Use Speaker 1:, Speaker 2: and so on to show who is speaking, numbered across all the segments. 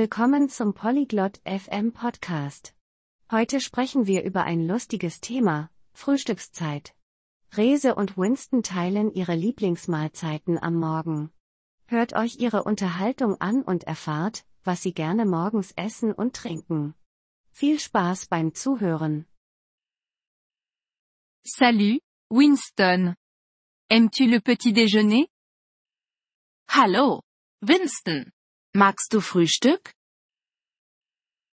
Speaker 1: Willkommen zum Polyglot FM Podcast. Heute sprechen wir über ein lustiges Thema, Frühstückszeit. Rese und Winston teilen ihre Lieblingsmahlzeiten am Morgen. Hört euch ihre Unterhaltung an und erfahrt, was sie gerne morgens essen und trinken. Viel Spaß beim Zuhören.
Speaker 2: Salut, Winston. Aimes-tu le petit déjeuner?
Speaker 3: Hallo, Winston. Magst du Frühstück?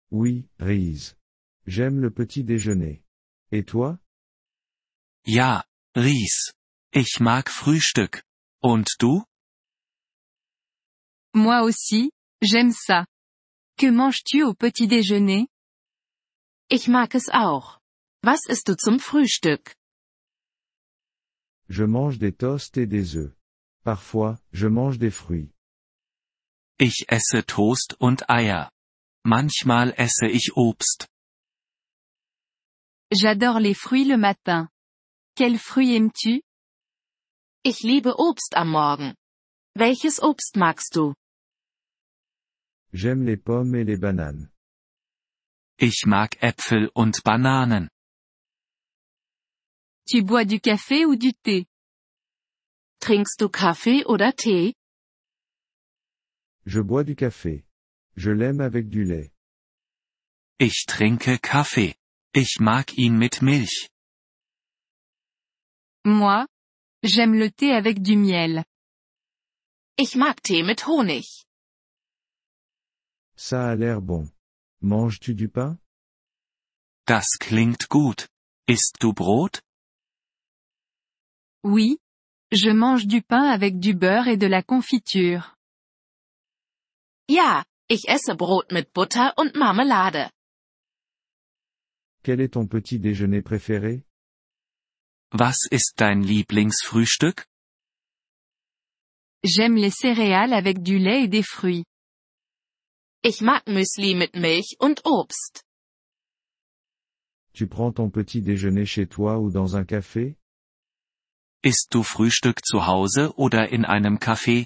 Speaker 4: Oui, Reese. J'aime le petit déjeuner. Et toi?
Speaker 5: Ja, Ries. Ich mag Frühstück. Und du?
Speaker 2: Moi aussi, j'aime ça. Que manges-tu au petit déjeuner?
Speaker 3: Ich mag es auch. Was isst du zum Frühstück?
Speaker 4: Je mange des toasts et des œufs. Parfois, je mange des fruits.
Speaker 5: Ich esse Toast und Eier. Manchmal esse ich Obst.
Speaker 2: J'adore les fruits le matin. Quels fruits aimes-tu?
Speaker 3: Ich liebe Obst am Morgen. Welches Obst magst du?
Speaker 4: J'aime les pommes et les bananes.
Speaker 5: Ich mag Äpfel und Bananen.
Speaker 2: Tu bois du café ou du thé?
Speaker 3: Trinkst du Kaffee oder Tee?
Speaker 4: Je bois du café. Je l'aime avec du lait.
Speaker 5: Ich trinke Kaffee. Ich mag ihn mit Milch.
Speaker 2: Moi, j'aime le thé avec du miel.
Speaker 3: Ich mag Tee mit Honig.
Speaker 4: Ça a l'air bon. Manges-tu du pain?
Speaker 5: Das klingt gut. Isst du Brot?
Speaker 2: Oui, je mange du pain avec du beurre et de la confiture.
Speaker 3: Ja, ich esse Brot mit Butter und Marmelade.
Speaker 4: Quel est ton petit déjeuner préféré?
Speaker 5: Was ist dein Lieblingsfrühstück?
Speaker 2: J'aime les céréales avec du lait et des fruits.
Speaker 3: Ich mag Müsli mit Milch und Obst.
Speaker 4: Tu prends ton petit déjeuner chez toi ou dans un café?
Speaker 5: Isst du Frühstück zu Hause oder in einem Café?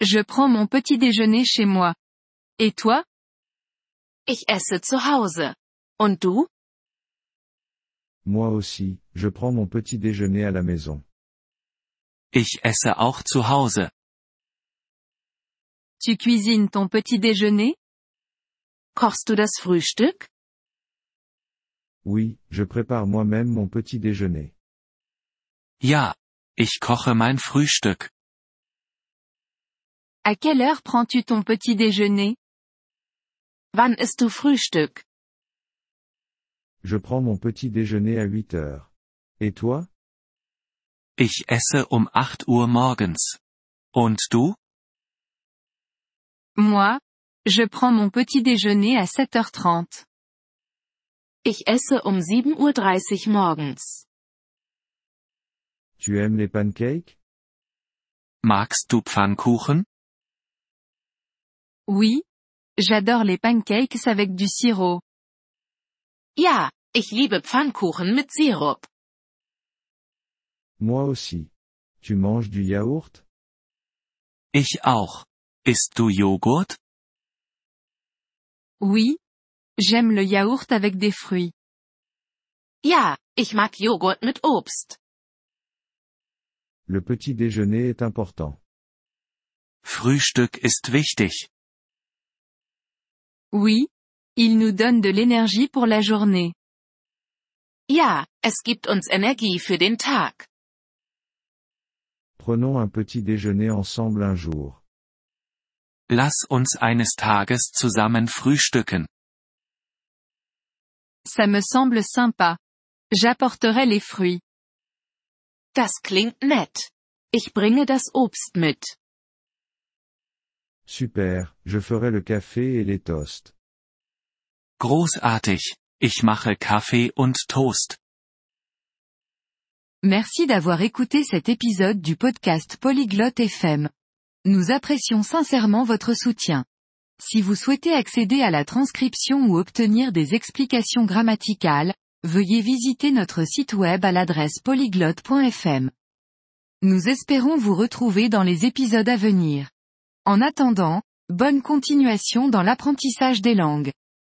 Speaker 2: Je prends mon petit déjeuner chez moi. Et toi?
Speaker 3: Ich esse zu Hause. Und du?
Speaker 4: Moi aussi, je prends mon petit déjeuner à la maison.
Speaker 5: Ich esse auch zu Hause.
Speaker 2: Tu cuisines ton petit déjeuner?
Speaker 3: Kochst du das Frühstück?
Speaker 4: Oui, je prépare moi-même mon petit déjeuner.
Speaker 5: Ja, ich koche mein Frühstück.
Speaker 2: À quelle heure prends-tu ton petit déjeuner?
Speaker 3: Wann isst du Frühstück?
Speaker 4: Je prends mon petit déjeuner à 8 heures. Et toi?
Speaker 5: Ich esse um 8 Uhr morgens. Und du?
Speaker 2: Moi, je prends mon petit déjeuner à 7h30.
Speaker 3: Ich esse um 7.30 Uhr morgens.
Speaker 4: Tu aimes les pancakes?
Speaker 5: Magst du Pfannkuchen?
Speaker 2: Oui, j'adore les pancakes avec du sirop.
Speaker 3: Ja, ich liebe Pfannkuchen mit Sirup.
Speaker 4: Moi aussi. Tu manges du yaourt?
Speaker 5: Ich auch. Isst du Joghurt?
Speaker 2: Oui, j'aime le yaourt avec des fruits.
Speaker 3: Ja, ich mag Joghurt mit Obst.
Speaker 4: Le petit déjeuner est important.
Speaker 5: Frühstück ist wichtig.
Speaker 2: Oui, il nous donne de l'énergie pour la journée.
Speaker 3: Ja, es gibt uns Energie für den Tag.
Speaker 4: Prenons un petit déjeuner ensemble un jour.
Speaker 5: Lass uns eines Tages zusammen frühstücken.
Speaker 2: Ça me semble sympa. J'apporterai les fruits.
Speaker 3: Das klingt nett. Ich bringe das Obst mit.
Speaker 4: Super, je ferai le café et les toasts.
Speaker 5: Großartig. Ich mache Kaffee und Toast.
Speaker 2: Merci d'avoir écouté cet épisode du podcast Polyglotte FM. Nous apprécions sincèrement votre soutien. Si vous souhaitez accéder à la transcription ou obtenir des explications grammaticales, veuillez visiter notre site web à l'adresse polyglotte.fm. Nous espérons vous retrouver dans les épisodes à venir. En attendant, Bonne continuation dans l'apprentissage des langues.